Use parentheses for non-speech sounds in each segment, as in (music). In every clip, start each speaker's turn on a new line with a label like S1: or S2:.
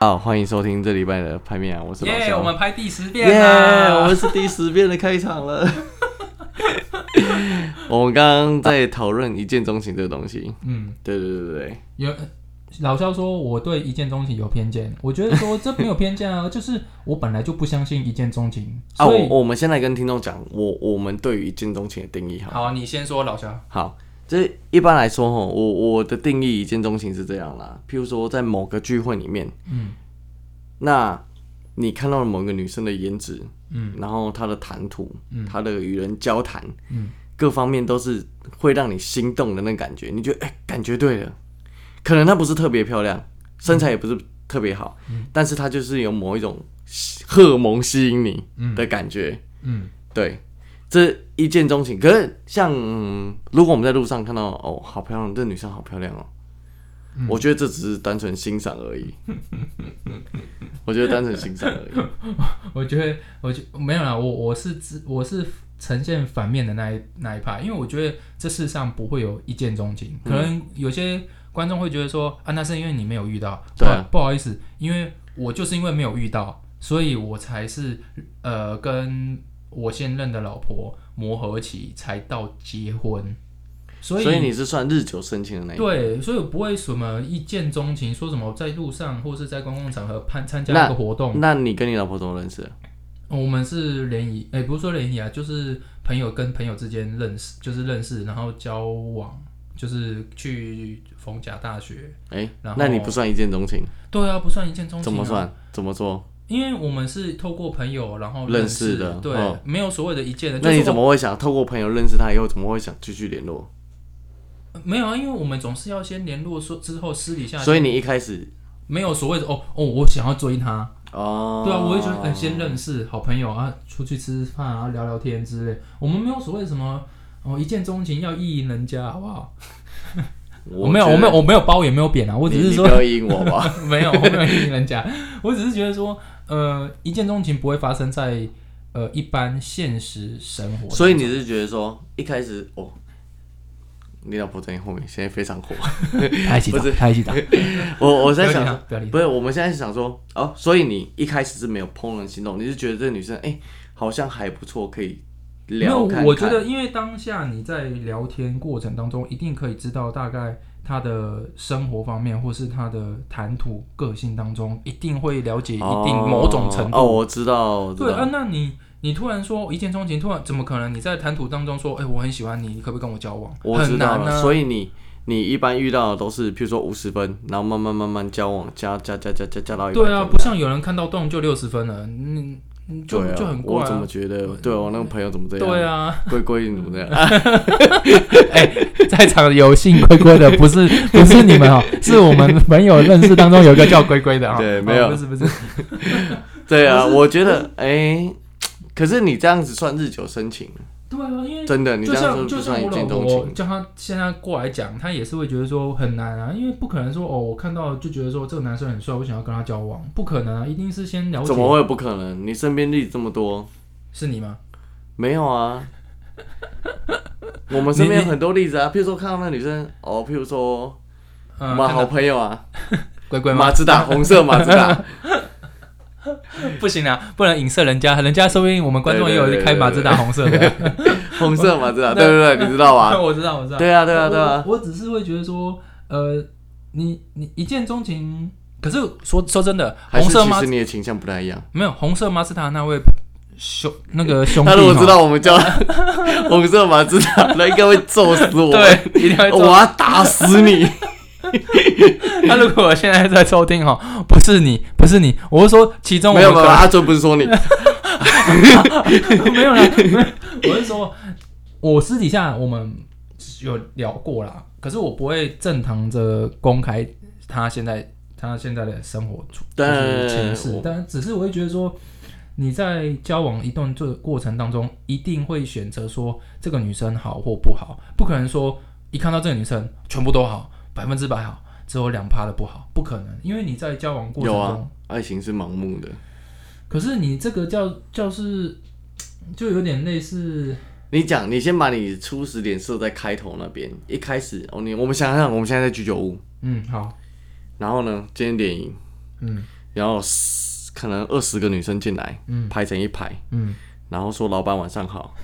S1: 好，欢迎收听这礼拜的拍面啊，我是老
S2: 耶
S1: 肖。
S2: 我们拍第十
S1: 耶
S2: 遍啊啦！
S1: 我们是第十遍的开场了。 (laughs) 我们刚刚在讨论一见钟情这个东西，
S2: 嗯，
S1: 对对对对
S2: 有老肖说我对一见钟情有偏见，我觉得说这没有偏见啊，就是我本来就不相信一见钟情，
S1: (laughs) 啊，
S2: 所以、
S1: 我我们先来跟听众讲，我我们对于一见钟情的定义好了，
S2: 好，啊你先说老肖。
S1: 好，就是一般来说，吼，我我的定义一见钟情是这样啦，譬如说在某个聚会里面，
S2: 嗯
S1: 那你看到了某个女生的颜值，
S2: 嗯
S1: 然后她的谈吐，
S2: 嗯
S1: 她的与人交谈，
S2: 嗯，
S1: 各方面都是会让你心动的那感觉，你觉得哎、感觉对了，可能她不是特别漂亮，身材也不是特别好，
S2: 嗯
S1: 但是她就是有某一种荷尔蒙吸引你的感觉，
S2: 嗯
S1: 对，这一见钟情。可是像、嗯如果我们在路上看到哦，好漂亮，这女生好漂亮哦，
S2: 嗯
S1: 我觉得这只是单纯欣赏而
S2: (laughs)
S1: 已。我觉得单纯欣赏而已。
S2: 我觉得我觉没有啦，我我是自我是呈现反面的那一那一派，因为我觉得这世上不会有一见钟情，可能有些观众会觉得说啊，那是因为你没有遇到，
S1: 对啊
S2: 不好，不好意思，因为我就是因为没有遇到，所以我才是呃跟我现任的老婆磨合期才到结婚，所以
S1: 所以你是算日久生情的那一种。
S2: 对，所以我不会什么一见钟情，说什么在路上或是在公共场合参参加
S1: 那
S2: 一个活动。
S1: 那你跟你老婆怎么认识的？
S2: 我们是联谊，哎、不是说联谊啊，就是朋友跟朋友之间认识，就是认识，然后交往，就是去逢甲大学。
S1: 哎、
S2: 然后
S1: 那你不算一见钟情，
S2: 对啊，不算一见钟情、啊。
S1: 怎么？算？怎么说？
S2: 因为我们是透过朋友然后
S1: 认识
S2: 识
S1: 的
S2: 对，
S1: 哦
S2: 没有所谓的一见的。
S1: 那
S2: 就是
S1: 你
S2: 我
S1: 怎么会想透过朋友认识她以后，怎么会想继续联络？
S2: 没有啊？因为我们总是要先联络，说之后私底下，
S1: 所以你一开始
S2: 没有所谓的哦哦，我想要追他，
S1: 哦，
S2: 对啊，我会觉得，哎、先认识好朋友啊，出去吃饭啊，聊聊天之类。我们没有所谓什么哦，一见钟情要意淫人家，好不好？我没有，
S1: 觉得
S2: 我没有，，我没有包，也没有扁啊，我只
S1: 你
S2: 是
S1: 你
S2: 说
S1: 不要阴我吧。
S2: (laughs)
S1: (laughs)
S2: 没有，我没有意淫人家，我只是觉得说，呃，一见钟情不会发生在呃一般现实生活。
S1: 所以你是觉得说一开始哦，你老婆在你后面，现在非常火。 (laughs)
S2: 他一起打，他一起打，
S1: 我我
S2: 不要
S1: 在
S2: 理
S1: 想
S2: 他
S1: 说，，
S2: 不要理他。
S1: 不是，我们现在是想说哦，所以你一开始是没有怦然心动，你是觉得这女生哎、好像还不错，可以
S2: 没
S1: 聊
S2: 有
S1: 看看。，
S2: 我觉得因为当下你在聊天过程当中，一定可以知道大概他的生活方面，或是他的谈吐、个性当中，一定会了解一定
S1: 哦
S2: 某种程度。
S1: 哦，我知道，我知
S2: 对啊
S1: 道，，
S2: 那你你突然说一见钟情，突然怎么可能？你在谈吐当中说，哎、我很喜欢你，你可不可以跟我交往？
S1: 我知
S2: 很
S1: 道
S2: 难
S1: 了。
S2: 啊。
S1: 所以你你一般遇到的都是，譬如说五十分，然后慢慢慢慢交往，加加加加加加到一百分。
S2: 对啊，不像有人看到洞就六十分了，嗯，嗯就、
S1: 对啊
S2: 就很怪
S1: 我怎
S2: 啊
S1: 么。觉得？对我那个朋友怎么这样？
S2: 对，啊， (laughs)
S1: 龟龟你怎么这样？
S2: 在场有姓龟龟的，不是不是你们哦，是我们朋友认识当中有一个叫龟龟的
S1: (laughs)
S2: 啊、哦。
S1: 对没有
S2: 不是不是，
S1: 对啊，我觉得，哎、可是你这样子算日久生情，
S2: (laughs) 对啊，因为
S1: 真的，你
S2: 就
S1: 这样子
S2: 像就
S1: 不
S2: 像
S1: 算一
S2: 我老
S1: 见钟情
S2: 婆。叫他现在过来讲，他也是会觉得说很难啊，因为不可能说哦，我看到就觉得说这个男生很帅，我想要跟他交往，不可能啊，一定是先了解。
S1: 怎么会不可能？你身边例子这么多，
S2: 是你吗？
S1: 没有
S2: (laughs)
S1: 啊？我们身边有很多例子啊，譬如说看到那女生，哦，譬如说我
S2: 嗯，
S1: 们好
S2: 看到
S1: 朋友啊，
S2: 龟龟吗
S1: 马？自达，红色马自达，
S2: 不行啊，不能影射人家，人家说不定我们观众也有
S1: 对对对
S2: 开马自达红色的 (laughs) 啊。
S1: 红色马自达，对对对，你知道吧？
S2: (laughs) 我知道，我知道。
S1: 对啊，对啊，对啊，
S2: 我。我只是会觉得说，呃，你你一见钟情，可是说说真的，
S1: 还
S2: 红
S1: 是
S2: 色
S1: 其
S2: 马
S1: 实你的倾向不太一样。
S2: 没有红色马自达那位兄那个兄弟，
S1: 他如果知，道我们叫 (laughs) 红色马自达，那应该会揍死我，
S2: 对，一 (laughs) 定会
S1: 我
S2: 做。
S1: 要打死
S2: (laughs)
S1: 你。
S2: 他如果现在在收听哈，不是你，不是你，我是说其中我
S1: 没有没有，
S2: 有
S1: 阿尊不是说你，
S2: (laughs) 没有啦，没有我是说，我私底下我们有聊过啦，可是我不会正堂着公开他现在他现在的生活处就是情
S1: 对
S2: 势，但只是我会觉得说，你在交往一段这个过程当中，一定会选择说这个女生好或不好，不可能说一看到这个女生全部都好，百分之百好，只有两趴的不好，不可能，因为你在交往过程
S1: 有
S2: 中，
S1: 啊，爱情是盲目的。
S2: 可是你这个叫叫是。就有点类似，
S1: 你讲，你先把你初始点设在开头那边。一开始，哦，你我们想想，我们现在在居酒屋，
S2: 嗯，好，
S1: 然后呢，今天电影，
S2: 嗯，
S1: 然后十可能二十个女生进来，
S2: 嗯
S1: 排成一排，
S2: 嗯，
S1: 然后说老板晚上
S2: (laughs)
S1: 好。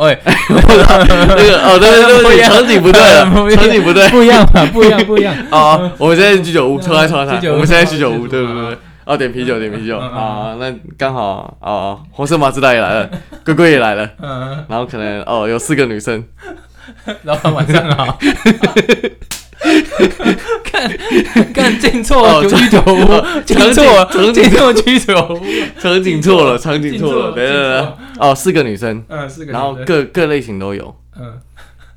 S2: 喂，
S1: 那个哦，对
S2: (laughs)
S1: 对对对，场景不对了，场景不对
S2: 不一样嘛， (laughs) 不一样，不一样。
S1: 啊！我们现在去酒屋，重来重来
S2: 去
S1: 重
S2: 嗯酒
S1: 来，
S2: 屋
S1: 我们现在去酒屋，
S2: 去
S1: 对
S2: 酒屋啊嗯
S1: 对对对。哦，点啤酒，点啤酒啊！那刚好哦，红色马自达也来
S2: (laughs)
S1: 了，龟龟也来了，
S2: 嗯，
S1: 然后可能哦有四个女生，
S2: 老板晚上好。看， (laughs) 看进错
S1: 哦
S2: 居酒屋，进错
S1: (laughs) 场景
S2: 进错居酒屋。
S1: 场景错了，场景错了，等
S2: 进错
S1: 等
S2: 了
S1: 等等，哦四个女生，
S2: 嗯，是个。
S1: 然后，各各类型都有，
S2: 嗯，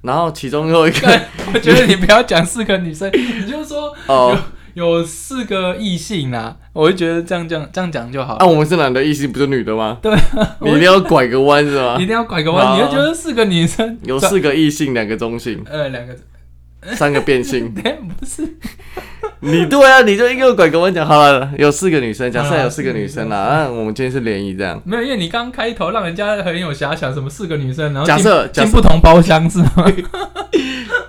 S1: 然后其中又一个
S2: (laughs) 干我觉得你不要讲四个女生，你就说
S1: 哦
S2: 有四个异性啊，我就觉得这样这样这样讲就好
S1: 啊，。我们是男的，异性不就女的吗？
S2: 对，
S1: 你一定要拐个弯是吗
S2: 一？定要拐个
S1: 啊好
S2: 弯，你就觉得四个女生
S1: 有四个异性，两个中性，
S2: (laughs) 呃两个，
S1: 三个变性，
S2: 哎 (laughs) 不是
S1: 你对啊，你就一个拐跟我讲好了，有四个女生，假
S2: 好
S1: 设
S2: 啦
S1: 有四个女生啦，那我们今天是联谊这样，
S2: 没有，因为你刚开头让人家很有遐想，什么四个女生，然后
S1: 假
S2: 进
S1: 设假
S2: 进
S1: 设
S2: 不同包厢是吗？ (laughs)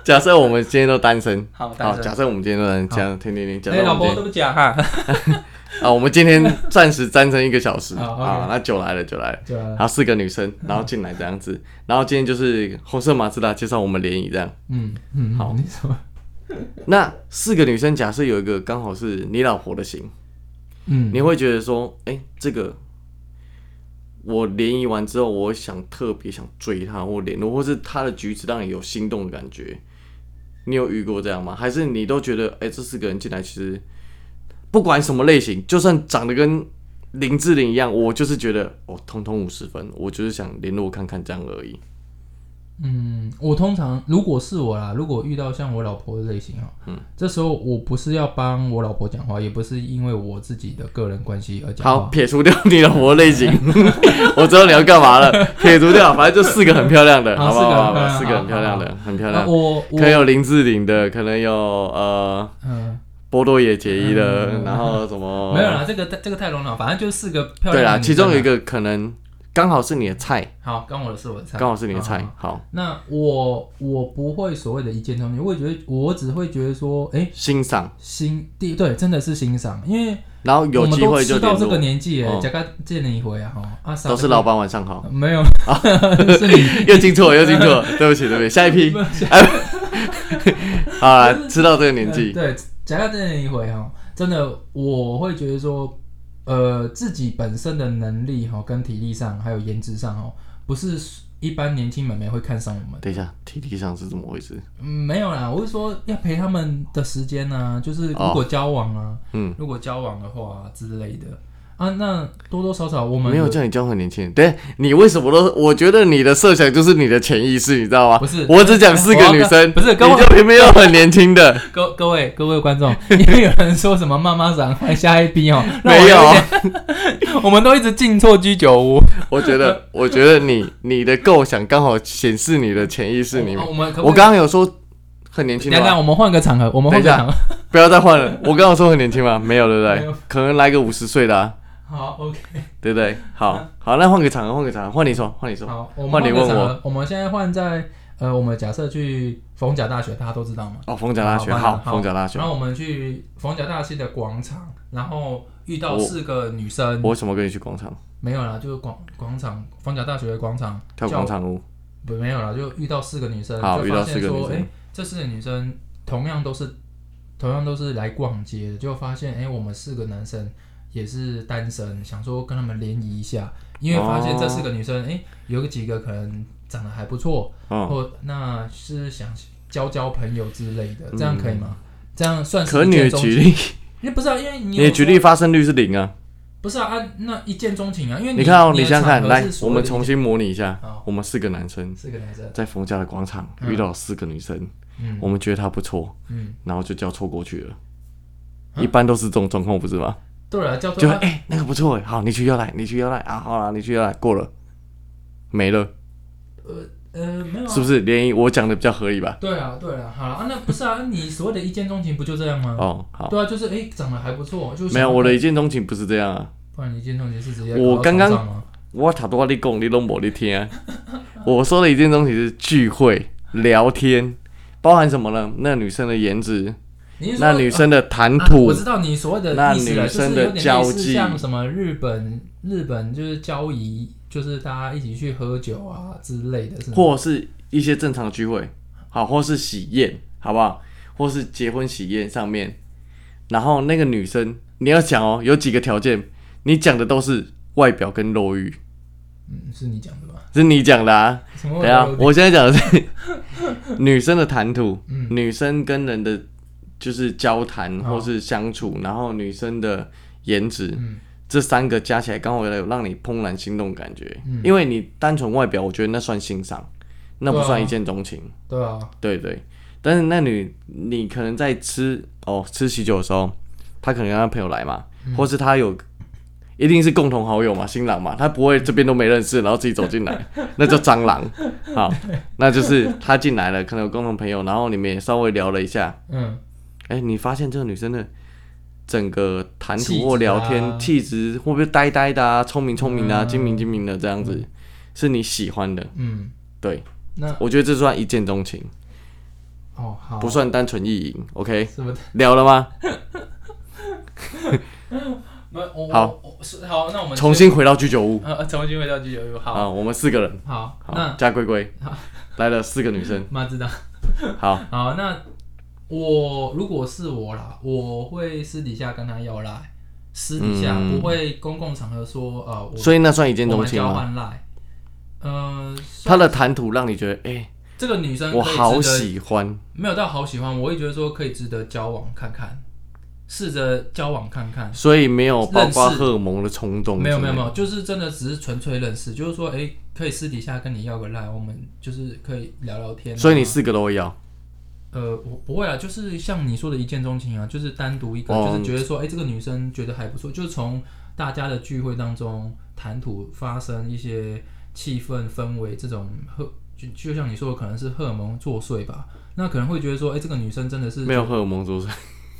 S1: 假设我们今天都单身，
S2: 好，
S1: 好，
S2: 单身
S1: 假设我们今天都单身，这样听听听，假
S2: 哎，
S1: 设
S2: 老
S1: 我们
S2: 婆
S1: 今
S2: 对
S1: 天
S2: 不起啊，哈，
S1: 啊，我们今天暂时单身一个小时
S2: (laughs) 好，OK 嗯
S1: 啊，那酒来了酒来了，
S2: 对啊
S1: 然，后四个女生，然后进来这样子，然后今天就是红色马自达介绍我们联谊这样，
S2: 嗯嗯，
S1: 好
S2: 你说，
S1: 那四个女生假设有一个刚好是你老婆的型，
S2: 嗯，
S1: 你会觉得说，哎、这个我联谊完之后，我想特别想追她或联络，或是她的举止让你有心动的感觉。你有遇过这样吗？还是你都觉得，哎、这四个人进来其实不管什么类型，就算长得跟林志玲一样，我就是觉得哦，通通五十分，我就是想联络看看这样而已。
S2: 嗯，我通常如果是我啦，如果遇到像我老婆的类型哈，嗯，这时候我不是要帮我老婆讲话，也不是因为我自己的个人关系而讲
S1: 好，
S2: 话，
S1: 撇除掉你的活类型， (laughs) 我知道你要干嘛了。撇除掉，反正就四个很漂亮的，好
S2: 好
S1: 不好？好
S2: 啊
S1: 四
S2: 四个
S1: 个
S2: 很
S1: 很
S2: 漂
S1: 漂亮
S2: 亮好
S1: 的，很漂亮
S2: 那。我我
S1: 可能有林志玲的，可能有呃
S2: 嗯，
S1: 波多野结衣的，
S2: 嗯
S1: 然后什么
S2: 没有啦，这个这个太笼统，反正就是四个漂
S1: 哦
S2: 亮的
S1: 对啦，
S2: 女
S1: 其中
S2: 生
S1: 有一
S2: 啊
S1: 个可能刚好是你的菜，
S2: 好，刚我的是我的菜，
S1: 刚好是你的
S2: 好
S1: 菜
S2: 好好。
S1: 好，
S2: 那我我不会所谓的一见钟情，我会觉得我只会觉得说，哎、
S1: 欣赏，
S2: 欣第对，真的是欣赏，因为
S1: 然后有
S2: 我们
S1: 机
S2: 都
S1: 会就
S2: 吃到
S1: 联
S2: 这个
S1: 络。
S2: 年纪了，
S1: 哦
S2: 加个见了一回啊，哈，啊，
S1: 都是老啊板晚上好，
S2: 没有， (laughs)
S1: (laughs)
S2: 是你
S1: 又进错了，又进错
S2: (laughs)
S1: 了，对不起，对不起，下一批。好啦，吃到这个年纪，
S2: (laughs) 对，加个见了一回哈，真的我会觉得说，呃，自己本身的能力哈，跟体力上还有颜值上哦，不是一般年轻妹妹会看上我们。
S1: 等一下，体力上是怎么回事？
S2: 嗯，没有啦，我是说要陪他们的时间啊，就是如
S1: 哦
S2: 果交往啊，
S1: 嗯，
S2: 如果交往的话、之类的啊，那多多少少我们
S1: 没有叫你交换年轻人，对你为什么都？我觉得你的设想就是你的潜意识，你知道吗？
S2: 不是
S1: 我只讲四个女生，
S2: 不是跟我
S1: 你就偏偏有很年轻的，
S2: 各各位各位
S1: (laughs)
S2: 观众，因为有人说什么妈妈长还下一逼哦，让我
S1: 没有
S2: 有点， (laughs) 我们都一直进错居酒屋，
S1: 我觉
S2: (laughs)
S1: 得，我觉得你你的构想刚好显示你的潜意识里面。
S2: 我们哦可不
S1: 我
S2: 可以
S1: 刚刚有说很年轻
S2: 等一下
S1: 吗？
S2: 我们换个场合，我们换个
S1: 等一下
S2: 场合，
S1: 不要再换了。我刚刚有说很年轻吗？没有，对不
S2: 没有
S1: 对？可能来个五十岁的、啊，
S2: (laughs) 好 OK，
S1: 对不对？好好，那换个场合，换个场合，换你说，换你说。
S2: 嗯好，我们
S1: 换你
S2: 换个
S1: 问
S2: 场
S1: 我
S2: 合，我们现在换在呃，我们假设去逢甲大学，大家都知道吗？
S1: 哦，逢甲大学，
S2: 好
S1: 好，
S2: 好
S1: 逢甲大学
S2: 然。后我们去逢甲大戏的广场，然后遇到
S1: 我
S2: 四个女生
S1: 我，为什么跟你去广场
S2: 没有啦，就是广广场逢甲大学的广场
S1: 跳
S2: 叫
S1: 广场舞？
S2: 不没有啦，就遇到四个女生，
S1: 好
S2: 就
S1: 遇
S2: 发
S1: 到
S2: 现
S1: 四个
S2: 说，
S1: 女生
S2: 哎、这四个女生同样都是同样都是来逛街的，就发现哎、诶我们四个男生也是单身，想说跟他们联谊一下，因为发现这
S1: 哦
S2: 四个女生哎、诶有几个可能长得还不错，
S1: 嗯，
S2: 或那是想交交朋友之类的，这样可以吗？这样算是
S1: 嗯可
S2: 一
S1: 你
S2: 见
S1: 的
S2: 钟
S1: 举
S2: 情？
S1: 例，
S2: 因为不是啊，因为你
S1: 你的
S2: 有
S1: 举
S2: 说
S1: 例发生率是零啊。
S2: 不是啊啊，那一见钟情啊，因为
S1: 你看哦，
S2: 你
S1: 你
S2: 的
S1: 想想
S2: 场
S1: 看，
S2: 合
S1: 来
S2: 是，所
S1: 我
S2: 谓
S1: 们
S2: 的
S1: 重
S2: 一
S1: 新模拟一下
S2: 好，
S1: 我们四个男生
S2: 四个男生，
S1: 在逢甲的广场
S2: 嗯
S1: 遇到四个女生，
S2: 嗯
S1: 我们觉得她不错，
S2: 嗯，
S1: 然后就叫错过去了。
S2: 啊
S1: 一般都是这种状况，不是吗？
S2: 对了，叫
S1: 就
S2: 做
S1: 哎、那个不错哎，好，你去要来，你去要来啊，好啦，你去要来，过了，没了，
S2: 呃没有啊
S1: 是不是？联谊我讲的比较合理吧？
S2: 对啊，对啊，好了啊，那不是啊，你所谓的一见钟情不就这样吗？
S1: 哦，好，
S2: 对啊，就是哎、诶长得还不错，就是
S1: 没有，我的，一见钟情不是这样啊，
S2: 不然你一见钟情是直接
S1: 我
S2: 搞到
S1: 刚刚
S2: 床上吗
S1: 我塔多你讲你拢无你听、
S2: (laughs)
S1: 啊，我说的一见钟情是聚会聊天，包含什么呢？那女生的颜值，
S2: 你是说
S1: 那女生的谈
S2: 啊
S1: 吐
S2: 我，知道你所谓的
S1: 那
S2: 意思了，
S1: 女
S2: 就是有
S1: 生
S2: 点
S1: 的
S2: 类
S1: 交
S2: 似
S1: 际
S2: 像什么日本日本就是交谊，就是大家一起去喝酒啊之类的，是吗？
S1: 或是一些正常的聚会，好，或是喜宴，好不好？或是结婚喜宴上面，然后那个女生你要讲哦，有几个条件，你讲的都是外表跟肉欲，
S2: 嗯，是你讲的吧？
S1: 是你讲的啊。
S2: 什么
S1: 等一
S2: 我
S1: 下
S2: 都？，
S1: 我现在讲的是 (laughs) 女生的谈吐，
S2: 嗯
S1: 女生跟人的就是交谈
S2: 好
S1: 或是相处，然后女生的颜值，
S2: 嗯
S1: 这三个加起来刚好有让你怦然心动的感觉，
S2: 嗯
S1: 因为你单纯外表，我觉得那算欣赏，那不
S2: 对啊
S1: 算一见钟情。
S2: 对啊，
S1: 对对，但是那女你可能在吃哦吃喜酒的时候，她可能跟她朋友来嘛，
S2: 嗯
S1: 或是她有一定是共同好友嘛，新郎嘛，她不会这边都没认识，然后自己走进
S2: (laughs)
S1: 来，那叫蟑螂。好，那就是她进来了，可能有共同朋友，然后你们也稍微聊了一下，
S2: 嗯，
S1: 哎、你发现这个女生的整个谈
S2: 气质
S1: 吐或聊
S2: 啊
S1: 天气质，会不会呆呆的啊，聪明聪明的、啊，
S2: 嗯
S1: 精明精明的这样子，是你喜欢的。
S2: 嗯，
S1: 对，
S2: 那
S1: 我觉得这算一见钟情，
S2: 哦好，
S1: 不算单纯意淫。OK，
S2: 是 (laughs) 不是？
S1: 聊了吗？
S2: 不，我我
S1: 好
S2: 我是好，那我们
S1: 重新回到居酒屋
S2: 呃重新回到居酒屋，好
S1: 啊，我们四个人，
S2: 好，
S1: 好，
S2: 那
S1: 加龟龟
S2: 好，
S1: 来了四个女生，
S2: 妈知道。
S1: (laughs) 好，
S2: (laughs) 好，那我如果是我啦，我会私底下跟他要赖，私底下、
S1: 嗯
S2: 不会公共场合说呃， (laughs) 我
S1: 所以那算一见
S2: 我
S1: 钟
S2: 们
S1: 情
S2: 交
S1: 吗？
S2: 换赖。嗯、
S1: 她的谈吐让你觉得，哎，
S2: 这个女生
S1: 我
S2: 可以
S1: 好
S2: 值得
S1: 喜欢，
S2: 没有到好喜欢，我会觉得说可以值得交往看看，试着交往看看。
S1: 所以没有包括
S2: 认识
S1: 荷尔蒙的冲动之类的，
S2: 没有没有没有，就是真的只是纯粹认识，就是说，哎、可以私底下跟你要个赖，我们就是可以聊聊天啊、
S1: 所以你四个都会要。
S2: 呃，我不会啊，就是像你说的一见钟情啊，就是单独一个，
S1: 哦
S2: 就是觉得说，哎、这个女生觉得还不错，就是从大家的聚会当中谈吐发生一些气氛氛围这种荷，就就像你说的，可能是荷尔蒙作祟吧，那可能会觉得说，哎、这个女生真的是
S1: 没有荷尔蒙作祟，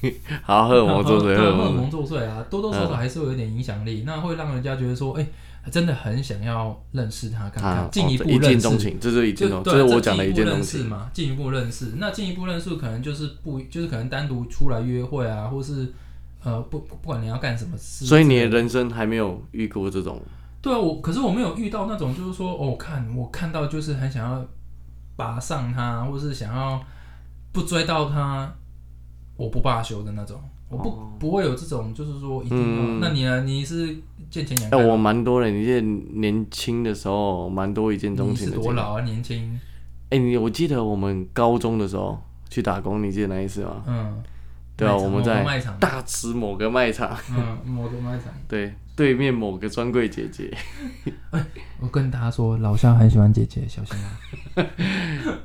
S1: (laughs) 好，荷尔蒙作祟，嗯
S2: (laughs) 对
S1: 荷尔
S2: 荷尔
S1: 蒙作祟。
S2: 蒙作祟啊，多多少少还是会有点影响力，那会让人家觉得说，哎、真的很想要认识她，看
S1: 啊
S2: 看进一
S1: 哦
S2: 步
S1: 这一见
S2: 认识
S1: 钟情，这就是一见
S2: 就
S1: 钟，
S2: 对
S1: 这是
S2: 啊
S1: 我讲的一
S2: 进
S1: 见
S2: 一步
S1: 钟
S2: 认识
S1: 情。
S2: 嘛，进一步认识。那进一步认识可能就是不就是可能单独出来约会啊，或是呃不不管你要干什么事。
S1: 所以你的人生还没有遇过这种，
S2: 对啊，我可是我没有遇到那种就是说哦，看我看到就是很想要拔上他，或是想要不追到他，我不罢休的那种。我不、不会有这种，就是说一定要。
S1: 哦嗯
S2: 那你呢？你是见钱眼
S1: 哎，
S2: 开吗，
S1: 我蛮多的。你记得年轻的时候，蛮多一见钟
S2: 你
S1: 情
S2: 是
S1: 的
S2: 多
S1: 经历。
S2: 老啊？年轻，
S1: 哎，你我记得我们高中的时候去打工，你记得那一次吗？
S2: 嗯，
S1: 对啊，
S2: 卖场
S1: 我们
S2: 某个
S1: 在
S2: 卖场，
S1: 大池某个卖场，
S2: 嗯，某个卖场。
S1: 对，对面某个专柜姐
S2: (laughs)
S1: 姐，
S2: 我跟大家说，老夏很喜欢姐姐，小心啊！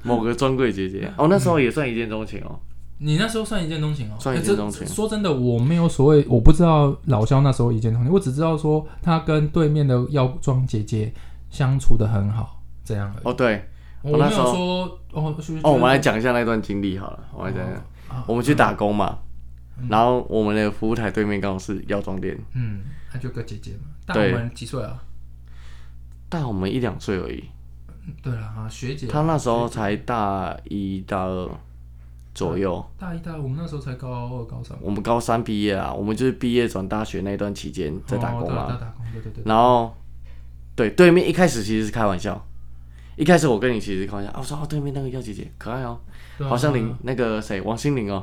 S1: 某个专柜姐姐。
S2: 嗯
S1: 哦，那时候也算一见钟情哦。
S2: 你那时候算一见钟情哦，
S1: 算一见钟情
S2: 欸这说真的，我没有所谓，我不知道老肖那时候一见钟情，我只知道说他跟对面的药妆姐姐相处的很好，这样而已。
S1: 哦，对，
S2: 我
S1: 我那
S2: 没有
S1: 时候
S2: 说哦，是不是？
S1: 哦，我们来讲一下那段经历好了，我们来讲一下。
S2: 啊
S1: 我们去打工嘛，然后我们的服务台对面刚好是药妆店，
S2: 嗯，那就个姐姐嘛，大我
S1: 对
S2: 们几岁啊？
S1: 大我们一两岁而已。
S2: 嗯对了啊，学姐，
S1: 他那时候才大一大二左右，
S2: 大一、大二，我们那时候才高二、高三，
S1: 我们高三毕业啊，我们就是毕业转大学那段期间在打
S2: 哦
S1: 工
S2: 对啊
S1: 嘛。
S2: 在打工，对对对，
S1: 然后，对对面一开始其实是开玩笑，一开始我跟你其实是开玩笑啊，我说哦对面那个药姐姐可爱哦，
S2: 对啊
S1: 好像林那个谁王心凌哦。